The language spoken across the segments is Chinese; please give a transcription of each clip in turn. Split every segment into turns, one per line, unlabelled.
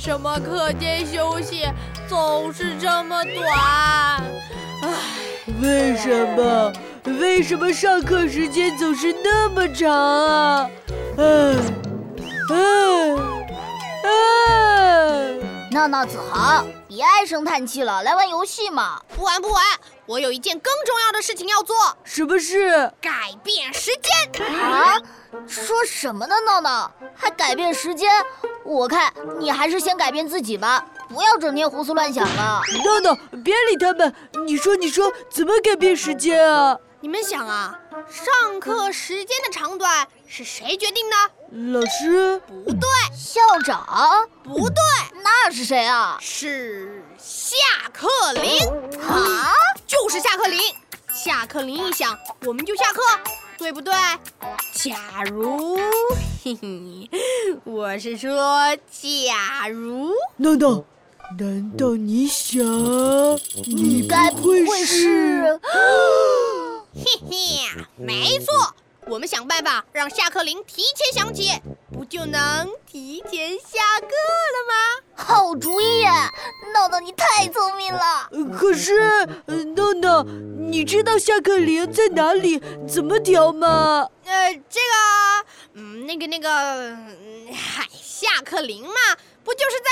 什么课间休息总是这么
啊
短？
为什么？为什么上课时间总是那么长啊？嗯、啊，嗯、啊，嗯、啊。
娜娜子涵，别唉声叹气了，来玩游戏嘛！
不玩不玩，我有一件更重要的事情要做。
什么事？
改变时间
啊！说什么呢，闹闹？还改变时间？我看你还是先改变自己吧，不要整天胡思乱想了。
闹闹，别理他们。你说，你说，怎么改变时间啊？
你们想啊，上课时间的长短是谁决定的？
老师？
不对。
校长？
不对。
那是谁啊？
是下课铃
啊！
就是下课铃。下课铃一响，我们就下课，对不对？假如，嘿嘿，我是说，假如。
闹闹，难道你想？
你该不会是？
嘿嘿，没错，我们想办法让下课铃提前响起，不就能提前下课了吗？
好主意耶！闹闹，你太聪明了。
可是，闹闹，你知道下课铃在哪里、怎么调吗？
呃，这个，嗯，那个那个，嗨、哎，下课铃嘛，不就是在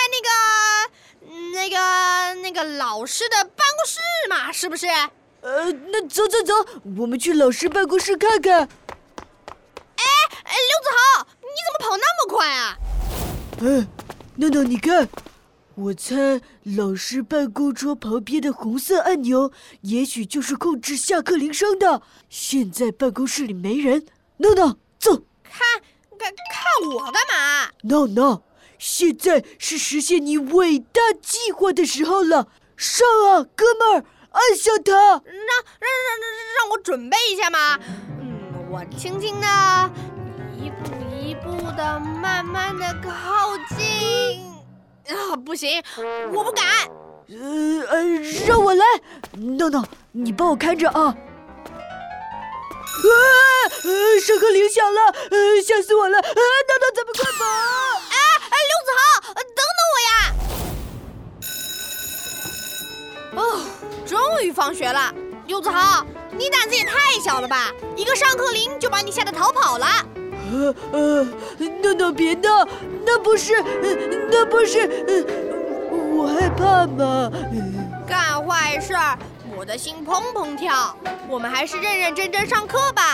那个、那个、那个老师的办公室嘛，是不是？哎
呃，那走走走，我们去老师办公室看看。
哎哎，刘子豪，你怎么跑那么快啊？
嗯、哎。闹闹，你看，我猜老师办公桌旁边的红色按钮，也许就是控制下课铃声的。现在办公室里没人，闹闹，走。
看，看，看我干嘛？
闹闹，现在是实现你伟大计划的时候了，上啊，哥们儿，按下它。让让让
让让我准备一下嘛。嗯，我轻轻的，一步一步的，慢慢的靠近。啊，不行，我不敢。
呃呃，让我来，闹闹，你帮我看着啊。啊，呃、上课铃响了，呃，吓死我了！啊，闹闹，咱们快跑！
哎哎，刘子豪，等等我呀！哦，终于放学了，刘子豪，你胆子也太小了吧！一个上课铃就把你吓得逃跑了。
呃呃，闹闹别闹，那不是，那不是，呃、我害怕嘛。
干坏事儿，我的心砰砰跳。我们还是认认真真上课吧。